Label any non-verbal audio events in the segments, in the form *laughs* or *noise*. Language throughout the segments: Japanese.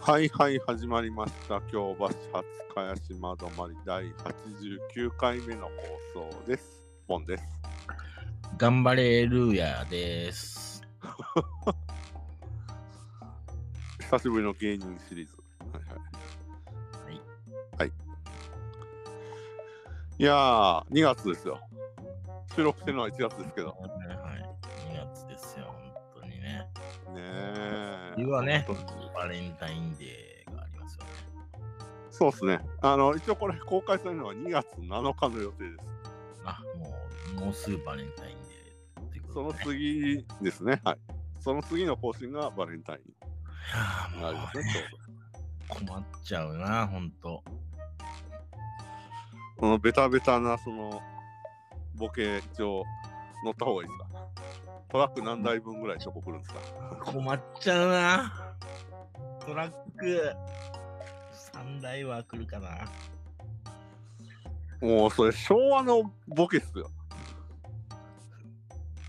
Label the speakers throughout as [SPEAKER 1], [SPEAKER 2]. [SPEAKER 1] はいはい始まりました京橋初茅島止まり第89回目の放送ですボンです
[SPEAKER 2] 頑張れルーヤです。
[SPEAKER 1] 久しぶりの芸人シリーズはいはい
[SPEAKER 2] はい
[SPEAKER 1] はいいやー2月ですよ収録してるのは1月ですけど
[SPEAKER 2] はい、2月ですよ、本当にね。
[SPEAKER 1] ねえ
[SPEAKER 2] 冬はね
[SPEAKER 1] 本当に、
[SPEAKER 2] バレンタインデーがありますよね。
[SPEAKER 1] そうですねあの一応これ公開されるのは2月7日の予定です
[SPEAKER 2] あ、もう、もうすぐバレンタインデーってこと
[SPEAKER 1] その
[SPEAKER 2] ね。
[SPEAKER 1] 次ですねはいその次の更新がバレンタイン
[SPEAKER 2] い
[SPEAKER 1] にな
[SPEAKER 2] やー
[SPEAKER 1] り
[SPEAKER 2] も
[SPEAKER 1] ます
[SPEAKER 2] う
[SPEAKER 1] ね
[SPEAKER 2] ね
[SPEAKER 1] ちょうど
[SPEAKER 2] 困っちゃうな、本当。
[SPEAKER 1] このベタベタなそのボケ一応乗った方がいいですかトラック何台分ぐらいチョコくるんですか
[SPEAKER 2] 困っちゃうな。トラック3台は来るかな。
[SPEAKER 1] もうそれ昭和のボケっすよ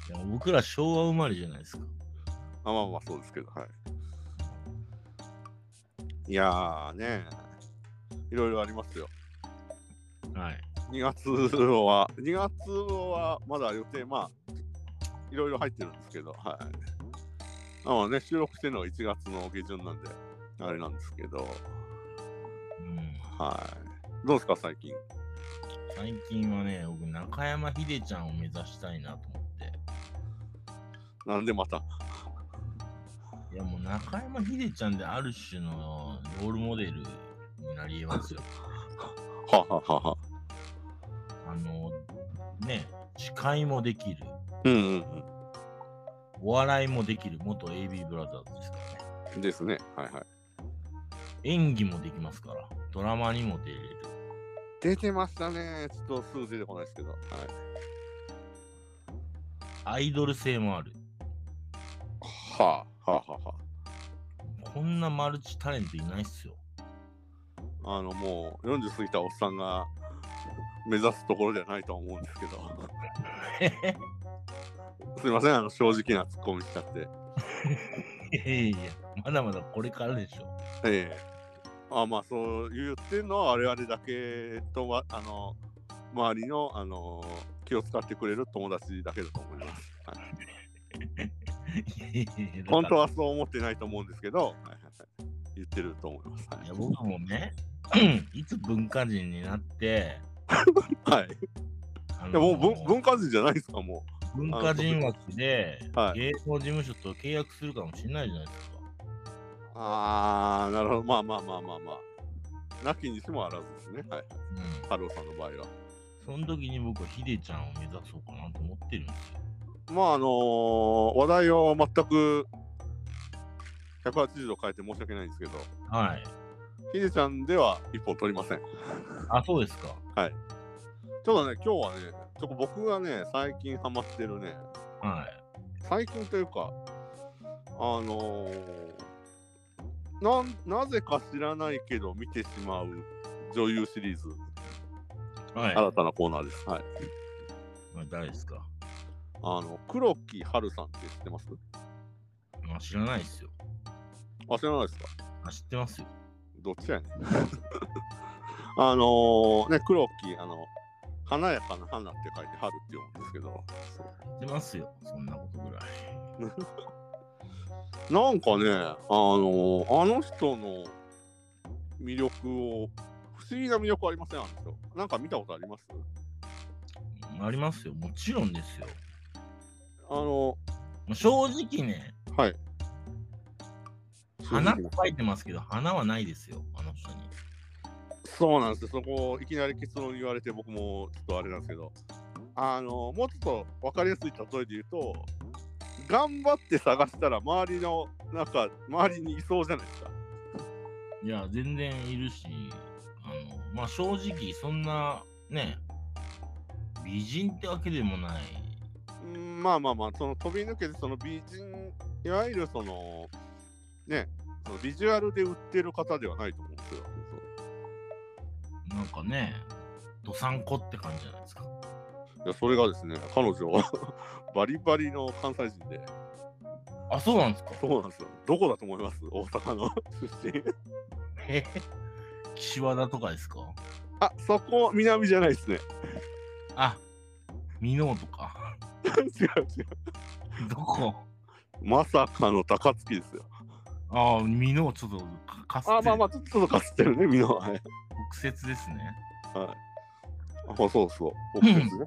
[SPEAKER 2] でも僕ら昭和生まれじゃないですか。
[SPEAKER 1] あまあまあそうですけどはいいやーねいろいろありますよ
[SPEAKER 2] はい。
[SPEAKER 1] 2月は2月はまだ予定まあいろいろ入ってるんですけどはいなのでね収録してるのは1月の下旬なんであれなんですけど
[SPEAKER 2] うん、
[SPEAKER 1] はいどうですか最近
[SPEAKER 2] 最近はね、僕、中山秀ちゃんを目指したいなと思って。
[SPEAKER 1] なんでまた
[SPEAKER 2] いやもう中山秀ちゃんである種のロールモデルになり得ますよ。
[SPEAKER 1] はあはあはあはあ。
[SPEAKER 2] あの、ね、司会もできる、
[SPEAKER 1] うんうん
[SPEAKER 2] お笑いもできる、元 AB ブラザーズですからね。
[SPEAKER 1] うん。ですね。はいはい。
[SPEAKER 2] 演技もできますから、ドラマにも出れる。
[SPEAKER 1] 出てましたね。ちょっとすぐ出てこないですけど。はい。
[SPEAKER 2] アイドル性もある。
[SPEAKER 1] はあ、はあはあは
[SPEAKER 2] こんなマルチタレントいないっすよ。
[SPEAKER 1] あ。あの、もう40過ぎたおっさんが目指すところじゃないとは思うんですけど。 *laughs* すいません、あの、正直なツッコミしちゃって。
[SPEAKER 2] いやいやいや、まだまだこれからでしょ。
[SPEAKER 1] ええあまあ、そう言ってるのは我々だけとは、あの、周りの、あの、気を使ってくれる友達だけだと思います。はい
[SPEAKER 2] いやいやいや
[SPEAKER 1] 本当。
[SPEAKER 2] だ
[SPEAKER 1] はそう思ってないと思うんですけど、はいはいはい、言ってると思います。は
[SPEAKER 2] から
[SPEAKER 1] い
[SPEAKER 2] いや僕もね、 *clears throat* いつ文化人になって、
[SPEAKER 1] はい。
[SPEAKER 2] あ
[SPEAKER 1] でもう
[SPEAKER 2] の
[SPEAKER 1] 文文化人じゃないですか、も
[SPEAKER 2] 文化人枠で
[SPEAKER 1] はい
[SPEAKER 2] 芸能事務所と契約するかもしれないじゃないですか。
[SPEAKER 1] う。ああ、なるほど。まあまあまあまあまあ。なきにしもあらずですね。はい。
[SPEAKER 2] うん。
[SPEAKER 1] ハローさんの場合は。
[SPEAKER 2] その時に僕はヒデちゃんを目指そうかなと思ってるんですよ。
[SPEAKER 1] まあ、あのー話題を全く180度変えて申し訳ないんですけど、
[SPEAKER 2] はい。
[SPEAKER 1] ひでちゃんでは一歩取りません。ち
[SPEAKER 2] あ、そうですか。
[SPEAKER 1] ょっとね、今日はね、ちょっと僕がね、最近ハマってるね、
[SPEAKER 2] はい。
[SPEAKER 1] 最近というか、あのーなん、なぜか知らないけど見てしまう女優シリーズ、
[SPEAKER 2] はい。
[SPEAKER 1] 新たなコーナーです。はい。
[SPEAKER 2] まあ、誰ですか、
[SPEAKER 1] あの黒木華さんって知ってます
[SPEAKER 2] まあ、知らないですよ。
[SPEAKER 1] あ、知らないですか
[SPEAKER 2] あ、知ってますよ。
[SPEAKER 1] どっちやねん。 *laughs* あのー、ね、黒木、あの、華やかな花って書いて春って読むんですけど、
[SPEAKER 2] 知ってますよ。そんなことぐらい。
[SPEAKER 1] なんかね、あのーあの人の魅力を、不思議な魅力ありません、あの人。なんか見たことあります
[SPEAKER 2] ありますよ。もちろんですよ。
[SPEAKER 1] あの
[SPEAKER 2] まあ、正直ね、
[SPEAKER 1] はい。
[SPEAKER 2] 花っ
[SPEAKER 1] 正
[SPEAKER 2] て
[SPEAKER 1] 直
[SPEAKER 2] 書いてますけど、花はないですよ。あの人に。
[SPEAKER 1] そうなんですよ、そこをいきなり結論言われて、僕もちょっとあれなんですけど、あのもうちょっと分かりやすい例えで言うと、頑張って探したら、周りの、なんか、周りにいそうじゃないですか。
[SPEAKER 2] いや、全然いるし、あの、まあ、正直、そんな、ね、美人ってわけでもない。
[SPEAKER 1] うんまあまあまあ、その飛び抜けて、その美人、いわゆるその、ね、そのビジュアルで売ってる方ではないと思うんですよ。
[SPEAKER 2] なんかね、どさんこって感じじゃないですか。
[SPEAKER 1] *laughs* いやそれがですね、彼女はバリバリの関西人で、
[SPEAKER 2] あ、そうなんですか。
[SPEAKER 1] そうなんですよ。どこだと思います大阪の出身。
[SPEAKER 2] え岸和田とかですか
[SPEAKER 1] *laughs* あ、そこ、南じゃないですね。
[SPEAKER 2] あ、美濃とか。
[SPEAKER 1] *laughs*
[SPEAKER 2] *laughs*
[SPEAKER 1] 違う違う。
[SPEAKER 2] どこ
[SPEAKER 1] まさかの高槻ですよ。
[SPEAKER 2] ああ、美濃ちょっとかかすって
[SPEAKER 1] あ、まあまあ、ちょっとかすってるね、みんなは。はい。
[SPEAKER 2] 北節ですね。
[SPEAKER 1] あ、そうそう。僕ですね。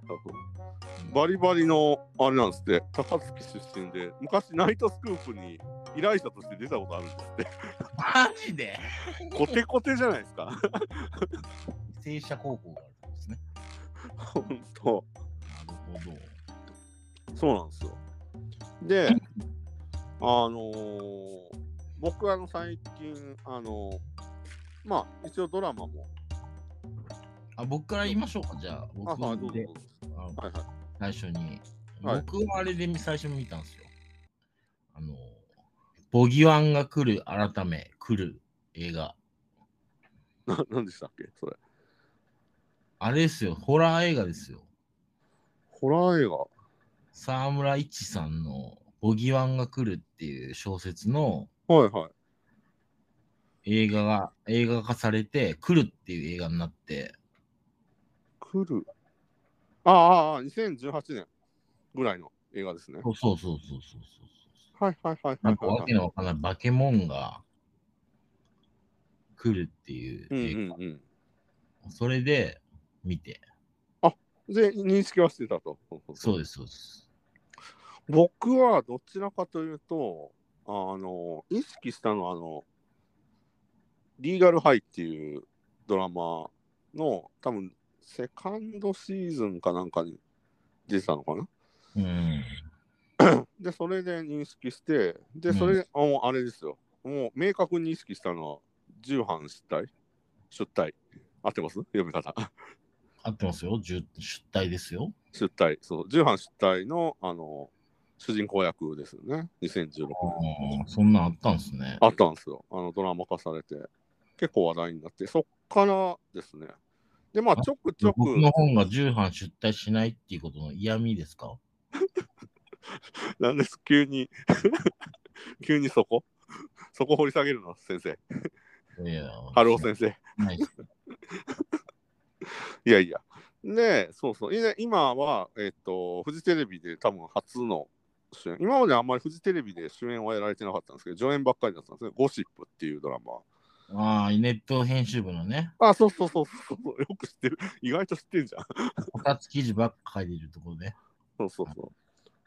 [SPEAKER 1] バリバリの、あれなんですって、高槻出身で、昔ナイトスクープに依頼者として出たことあるんですって。
[SPEAKER 2] マジで
[SPEAKER 1] *laughs* コテコテじゃないですか。 *laughs*
[SPEAKER 2] 停車高校があるんですね。
[SPEAKER 1] ほんと。
[SPEAKER 2] なるほど。
[SPEAKER 1] そうなんですよ。で、あのー僕あの最近、あのーまあ一応ドラマも、
[SPEAKER 2] あ、僕から言いましょうか、じゃあ。僕
[SPEAKER 1] あはいどうぞ
[SPEAKER 2] で
[SPEAKER 1] どうぞ
[SPEAKER 2] あの
[SPEAKER 1] はいはい。
[SPEAKER 2] 最初に。
[SPEAKER 1] はい
[SPEAKER 2] 僕はあれで最初に見たんですよ。あの、ボギワンが来る、改め、来る映画。
[SPEAKER 1] *laughs* な何でしたっけそれ。
[SPEAKER 2] あれですよ、ホラー映画ですよ。
[SPEAKER 1] ホラー映画。
[SPEAKER 2] 沢村一さんのボギワンが来るっていう小説の
[SPEAKER 1] はいはい。
[SPEAKER 2] 映画が、映画化されて、来るっていう映画になって、
[SPEAKER 1] 来る。ああああ、2018年ぐらいの映画ですね。
[SPEAKER 2] そうそうそうそうそうそう。
[SPEAKER 1] はいはいはいは
[SPEAKER 2] なん
[SPEAKER 1] い
[SPEAKER 2] か
[SPEAKER 1] はい、
[SPEAKER 2] わ
[SPEAKER 1] は
[SPEAKER 2] け
[SPEAKER 1] い。
[SPEAKER 2] のわからない化け物が来るっていう
[SPEAKER 1] うん
[SPEAKER 2] 映
[SPEAKER 1] うんうん。
[SPEAKER 2] 画、それで見て、
[SPEAKER 1] で、認識はしてたと。
[SPEAKER 2] そうです、そうです。
[SPEAKER 1] 僕はどちらかというと、あの、意識したのは、あの、リーガルハイっていうドラマの、多分、セカンドシーズンかなんかに出てたのかな。
[SPEAKER 2] うん。
[SPEAKER 1] で、それで認識して、で、それで、あもうあれですよ。もう明確に意識したのは、重犯失態出体合ってます読み方。 *laughs*
[SPEAKER 2] 合ってますよ、出出体ですよ。
[SPEAKER 1] 出体そう、重犯失態の、あの、主人公役ですよね。2016年。
[SPEAKER 2] うんそんなんあったんですね。
[SPEAKER 1] あったんですよ。あのドラマ化されて、結構話題になって、そっからですね。で、まあ、ちょくちょく、
[SPEAKER 2] 僕の本が重版出退しないっていうことの嫌味ですか
[SPEAKER 1] なんです、急に、 *laughs* 急にそこ、そこ掘り下げるの、先生、
[SPEAKER 2] いや、
[SPEAKER 1] 春尾先生。
[SPEAKER 2] ないです
[SPEAKER 1] いやいや。で、そうそう、いね今は、えっと、フジテレビで多分初の主演、今まであんまりフジテレビで主演はやられてなかったんですけど、上演ばっかりだったんですね、ゴシップっていうドラマ。
[SPEAKER 2] ああ、ネット編集部のね、
[SPEAKER 1] あ、そうそうそうそうそう、よく知ってる、意外と知ってんじゃん。
[SPEAKER 2] こたつ記事ばっかりいるところで。
[SPEAKER 1] そうそうそ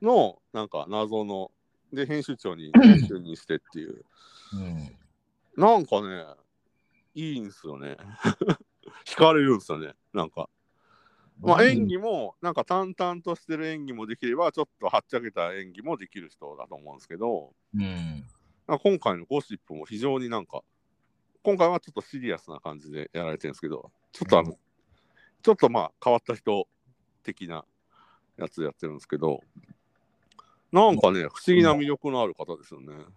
[SPEAKER 1] う。の、なんか謎の、で、編集長に編集にしてっていう。
[SPEAKER 2] うん。
[SPEAKER 1] なんかね、いいんすよね。 *laughs* 惹かれるんすよね、なんか。まあ演技も、なんか淡々としてる演技もできれば、ちょっとはっちゃけた演技もできる人だと思うんですけど、
[SPEAKER 2] うん。
[SPEAKER 1] なんか今回のゴシップも非常になんか、今回はちょっとシリアスな感じでやられてるんですけど、ちょっとあの、
[SPEAKER 2] う
[SPEAKER 1] ちょっとまあ変わった人的なやつやってるんですけど、なんかね、不思議な魅力のある方ですよね。そ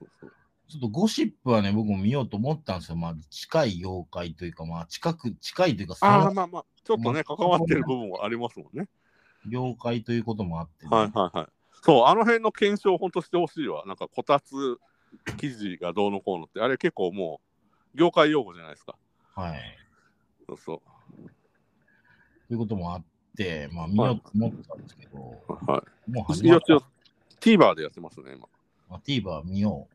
[SPEAKER 1] うそう
[SPEAKER 2] ちょっとゴシップはね、僕も見ようと思ったんですよ。まあ、近い妖怪というか、まあ、近く、近いというか、そ
[SPEAKER 1] ああ、
[SPEAKER 2] の
[SPEAKER 1] まあまあ、ちょっとね、関わってる部分はありますもんね。
[SPEAKER 2] 妖怪ということもあって、ね
[SPEAKER 1] はいはいはい。そう、あの辺の検証、本当してほしいわ。なんか、こたつ記事がどうのこうのって、あれ結構もう、業界用語じゃないですか。
[SPEAKER 2] はい。
[SPEAKER 1] そうそ
[SPEAKER 2] ということもあって、まあ、見ようと思ったんですけど、
[SPEAKER 1] う。はい。
[SPEAKER 2] もう始ま
[SPEAKER 1] よ
[SPEAKER 2] っ
[SPEAKER 1] ちよ TVer でやってますね、
[SPEAKER 2] た。TVer 見よ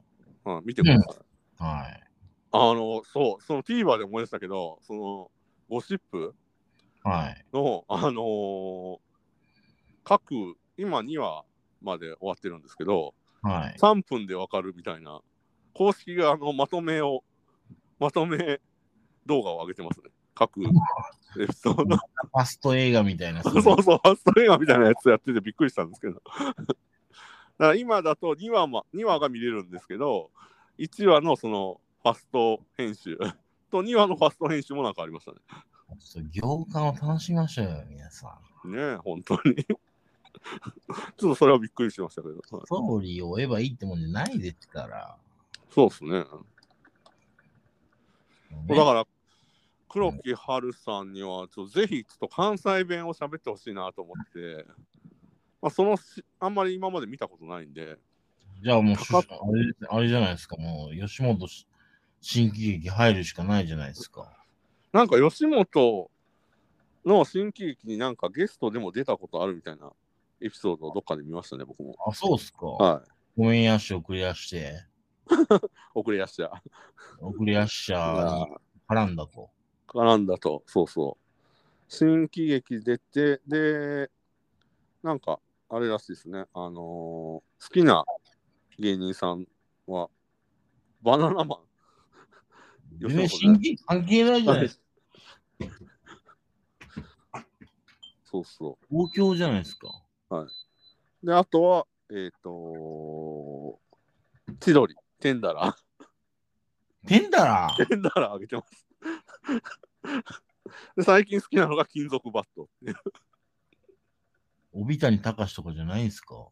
[SPEAKER 1] 今。うん、見てください。
[SPEAKER 2] う。はい。
[SPEAKER 1] あの、そう、その TVer で思い出したけど、その、ゴシップ
[SPEAKER 2] はい。
[SPEAKER 1] の、あのー各、今2話まで終わってるんですけど、
[SPEAKER 2] はい。
[SPEAKER 1] 3分でわかるみたいな、公式があのまとめを、まとめ動画を上げてますね。
[SPEAKER 2] *laughs*
[SPEAKER 1] 各エピソード。
[SPEAKER 2] ファスト映画みたい
[SPEAKER 1] *laughs*
[SPEAKER 2] な。
[SPEAKER 1] そうそう、ファスト映画みたいなやつやっててびっくりしたんですけど。だ *laughs* から今だと2話も2話が見れるんですけど、1話のそのファスト編集 *laughs* と2話のファスト編集もなんかありましたね。
[SPEAKER 2] ちょっと行間を楽しみましょうよ、皆さん。
[SPEAKER 1] ねえ、本当に。 *laughs* ちょっとそれはびっくりしましたけど。はい
[SPEAKER 2] ストーリーを追えばいいってもんじゃないですから。
[SPEAKER 1] そうですね。
[SPEAKER 2] ね
[SPEAKER 1] だから黒木春さんにはちょっとぜひちょっと関西弁を喋ってほしいなと思って、まあ、そのしあんまり今まで見たことないんで
[SPEAKER 2] じゃあもう、
[SPEAKER 1] かかっ
[SPEAKER 2] あれあれじゃないですか、もう、吉本し新喜劇入るしかないじゃないですか。
[SPEAKER 1] なんか吉本の新喜劇になんかゲストでも出たことあるみたいなエピソードをどっかで見ましたね、僕も。
[SPEAKER 2] あ、そうっすか。ご
[SPEAKER 1] はい。
[SPEAKER 2] めんやし、送り出して、
[SPEAKER 1] 遅れやしちゃ。
[SPEAKER 2] 送り出し者に絡んだと。
[SPEAKER 1] 絡んだと、そうそう。新喜劇出て、で、なんか、あれらしいですね。あのー好きな芸人さんは、バナナマン。
[SPEAKER 2] 全然新喜劇関係ないじゃないですか。
[SPEAKER 1] そうそ
[SPEAKER 2] 東京じゃないですか。
[SPEAKER 1] う。で、あとは、えっ、と千鳥、テンダラ
[SPEAKER 2] テンダラー
[SPEAKER 1] ー、テンダラーあげてます。で、最近好きなのが金属バット。
[SPEAKER 2] 帯谷隆とかじゃないんですか。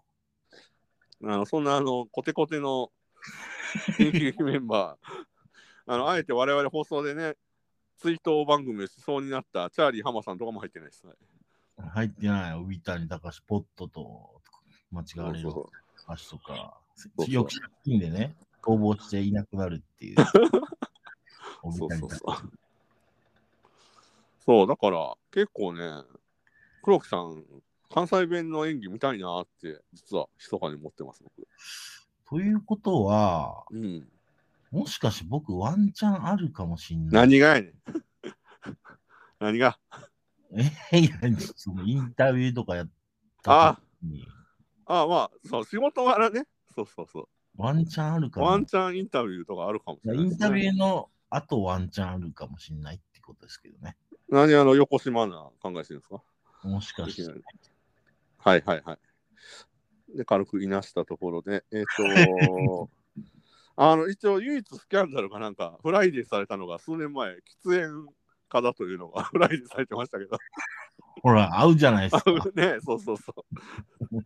[SPEAKER 1] あのそんなあのコテコテの新喜劇メンバーあ *laughs* の、あえて我々放送でね、追悼番組をしそうになったチャーリー浜さんとかも入ってないです。はい
[SPEAKER 2] 入ってない、帯谷隆、ポットと間違われる
[SPEAKER 1] そう
[SPEAKER 2] 隆とか
[SPEAKER 1] そう、そう
[SPEAKER 2] よく借金でね、逃亡していなくな
[SPEAKER 1] *laughs*
[SPEAKER 2] るっていう。
[SPEAKER 1] そう
[SPEAKER 2] 帯
[SPEAKER 1] そう
[SPEAKER 2] 谷
[SPEAKER 1] そう
[SPEAKER 2] 隆
[SPEAKER 1] そうそうだから結構ね、黒木さん、関西弁の演技見たいなって、実は密かに思ってます、僕。
[SPEAKER 2] ということは、
[SPEAKER 1] うん、
[SPEAKER 2] もしかして僕ワンチャンあるかもしんない。
[SPEAKER 1] 何がやねん。 *laughs* 何が
[SPEAKER 2] え *laughs* いや、そのインタビューとかやった
[SPEAKER 1] あ
[SPEAKER 2] 時に、
[SPEAKER 1] ああ、まあ、そう、仕事柄ね。そうそうそう。
[SPEAKER 2] ワンチャンあるかも。
[SPEAKER 1] ワンチャンインタビューとかあるかもしれない
[SPEAKER 2] イ
[SPEAKER 1] で
[SPEAKER 2] ン
[SPEAKER 1] すね、
[SPEAKER 2] タビューの後ワンチャンあるかもしんないってことですけどね。
[SPEAKER 1] 何あの横島な考えしてるんですか
[SPEAKER 2] もしかし
[SPEAKER 1] いき
[SPEAKER 2] て
[SPEAKER 1] な。りはいはいはい。で、軽くいなしたところで、えっ、
[SPEAKER 2] *laughs*
[SPEAKER 1] とあの、一応唯一スキャンダルがなんか、フライデーされたのが数年前、喫煙家だというのが *laughs* フライデーされてましたけど、
[SPEAKER 2] ほら、合うじゃないですか。
[SPEAKER 1] *laughs* ね、そうそうそう。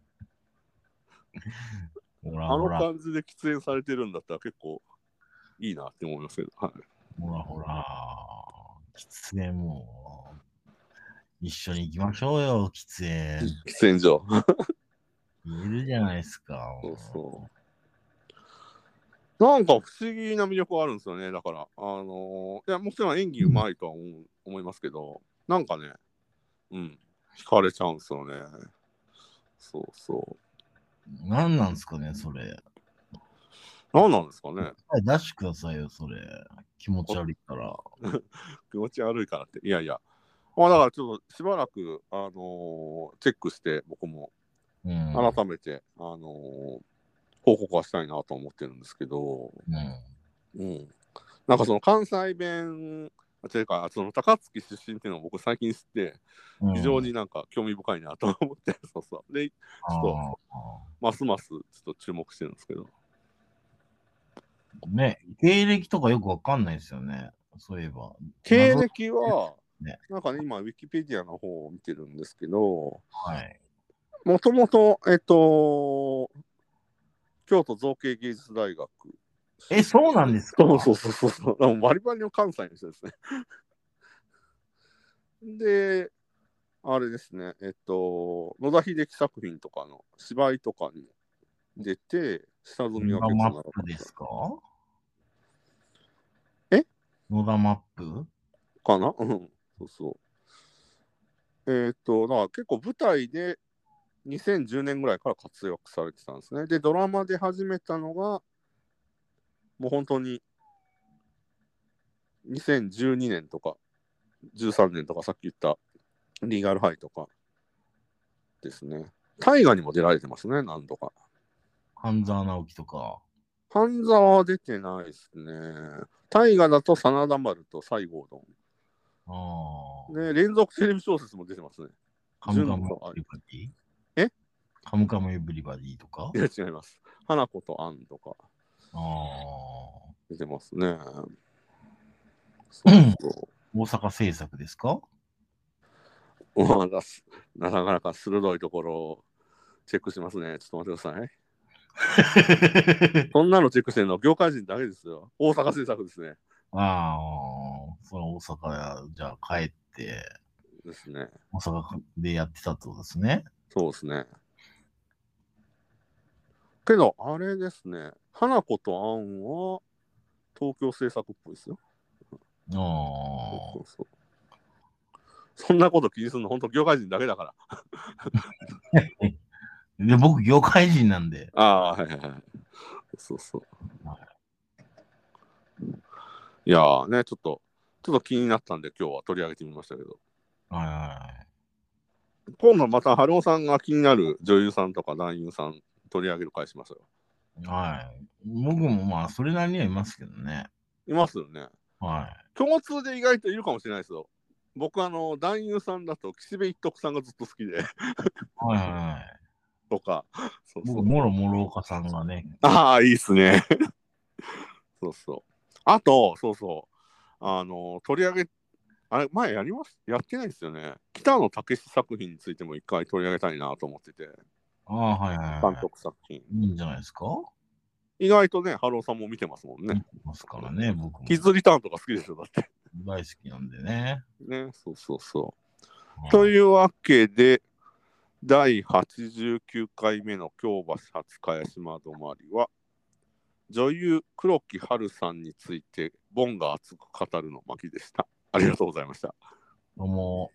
[SPEAKER 2] ほら
[SPEAKER 1] あ
[SPEAKER 2] ほ
[SPEAKER 1] の
[SPEAKER 2] ら。
[SPEAKER 1] 感じで喫煙されてるんだったら結構いいなって思いますけど、はい、
[SPEAKER 2] ほらほら、喫煙もう、一緒に行きましょうよ、喫煙。
[SPEAKER 1] 喫煙所。
[SPEAKER 2] 言えるじゃないですか。
[SPEAKER 1] そうそう。なんか不思議な魅力があるんですよね。だから、あのーいや、もちろん演技うまいとは思う思いますけど、なんかね、うん、惹かれちゃうんですよね。そうそ
[SPEAKER 2] 何なんですかね、それ。
[SPEAKER 1] う。何なんですかね。
[SPEAKER 2] はい出してくださいよ、それ。気持ち悪いから。
[SPEAKER 1] 気持ち悪いからって。いやいや。まあだからちょっとしばらく、あのーチェックして、僕も
[SPEAKER 2] うん。
[SPEAKER 1] 改めて、あのー報告はしたいなと思ってるんですけど、
[SPEAKER 2] うん、
[SPEAKER 1] うん、なんかその関西弁あというかその高槻出身っていうのを僕最近知って
[SPEAKER 2] うん
[SPEAKER 1] 非常になんか興味深いなと思って、そうそうで
[SPEAKER 2] あー
[SPEAKER 1] ますますちょっと注目してるんですけど
[SPEAKER 2] ね、経歴とかよくわかんないですよね。そういえば。
[SPEAKER 1] 経歴は、
[SPEAKER 2] ね
[SPEAKER 1] なんかね今ウィキペディアの方を見てるんですけど
[SPEAKER 2] はい。
[SPEAKER 1] もともとえっと京都造形芸術大学
[SPEAKER 2] え、そうなんですか
[SPEAKER 1] そうそうそうそうそう。でもバリバリの関西の人ですね。 *laughs* で、あれですね、えっと、野田秀樹作品とかの芝居とかに出て、下積み
[SPEAKER 2] 野
[SPEAKER 1] は
[SPEAKER 2] 田
[SPEAKER 1] 結構
[SPEAKER 2] マ
[SPEAKER 1] 長か
[SPEAKER 2] ッ
[SPEAKER 1] っ
[SPEAKER 2] プですか
[SPEAKER 1] え
[SPEAKER 2] 野田マップ
[SPEAKER 1] たかな。 *laughs* うん、そうそう。えっと、だから結構舞台で2010年ぐらいから活躍されてたんですね。で、ドラマで始めたのが、もう本当に2012年とか13年とかさっき言ったリーガルハイとかですね。大河にも出られてますね、何度か。
[SPEAKER 2] 半沢直樹とか。
[SPEAKER 1] 半沢は出てないですね。大河だと真田丸と西郷ど
[SPEAKER 2] ああ。
[SPEAKER 1] ん。ね、連続テレビ小説も出てますね。
[SPEAKER 2] カムカム
[SPEAKER 1] 順
[SPEAKER 2] エ
[SPEAKER 1] とあ
[SPEAKER 2] ブ
[SPEAKER 1] れ
[SPEAKER 2] リバディ
[SPEAKER 1] え
[SPEAKER 2] カムカムエブリバディとか
[SPEAKER 1] いや、違います。花子と杏とか
[SPEAKER 2] ああ。
[SPEAKER 1] 出てますね。そうそう。
[SPEAKER 2] 大阪制作で
[SPEAKER 1] *laughs*
[SPEAKER 2] すか
[SPEAKER 1] まあ、だすなかなか鋭いところをチェックしますね。ちょっと待ってください。そんなのチェックしてるのは業界人だけですよ。大阪政策ですね。
[SPEAKER 2] ああ。それ大阪や、じゃあ帰って、
[SPEAKER 1] ですね。
[SPEAKER 2] 大阪でやってたってことですね。
[SPEAKER 1] そうですね。けど、あれですね、花子とアンは東京制作っぽいですよ。
[SPEAKER 2] あ
[SPEAKER 1] そ
[SPEAKER 2] あ
[SPEAKER 1] うそうそうそんなこと気にするの、本当業界人だけだから。
[SPEAKER 2] で、僕、業界人なんで。
[SPEAKER 1] ああー、はいはいはい。そうそう。
[SPEAKER 2] はい
[SPEAKER 1] いやーね、ちょっと、ちょっと気になったんで、今日は取り上げてみましたけど、
[SPEAKER 2] はいはいはい。
[SPEAKER 1] 今度また春尾さんが気になる女優さんとか男優さん取り上げる会しますよ。
[SPEAKER 2] はい。僕もまあ、それなりにはいますけどね。
[SPEAKER 1] いますよね。
[SPEAKER 2] は
[SPEAKER 1] 共通で意外といるかもしれないですよ。僕、あの、男優さんだと岸辺一徳さんがずっと好きで、
[SPEAKER 2] い。はいはいはい。
[SPEAKER 1] とか、そうそう
[SPEAKER 2] 僕、もろもろ岡さんがね。
[SPEAKER 1] ああ、いいっすね。 *laughs* そうそう。あと、そうそう。あの、取り上げ、あれ、前やりますやってないですよね。北野武史作品についても一回取り上げたいなと思ってて、
[SPEAKER 2] ああ、はいはい
[SPEAKER 1] 監
[SPEAKER 2] は
[SPEAKER 1] 督作品。
[SPEAKER 2] い。いいんじゃないですか
[SPEAKER 1] 意外とね、ハローさんも見てますもんね。
[SPEAKER 2] ますからね、僕も
[SPEAKER 1] キッズリターンとか好きですよ、だって。
[SPEAKER 2] 大好きなんでね。
[SPEAKER 1] ね、そうそうそう。
[SPEAKER 2] はい
[SPEAKER 1] というわけで、第89回目の京橋初茅島止まりは、女優黒木華さんについて、ボンが熱く語るの巻でした。ありがとうございました。
[SPEAKER 2] どうも。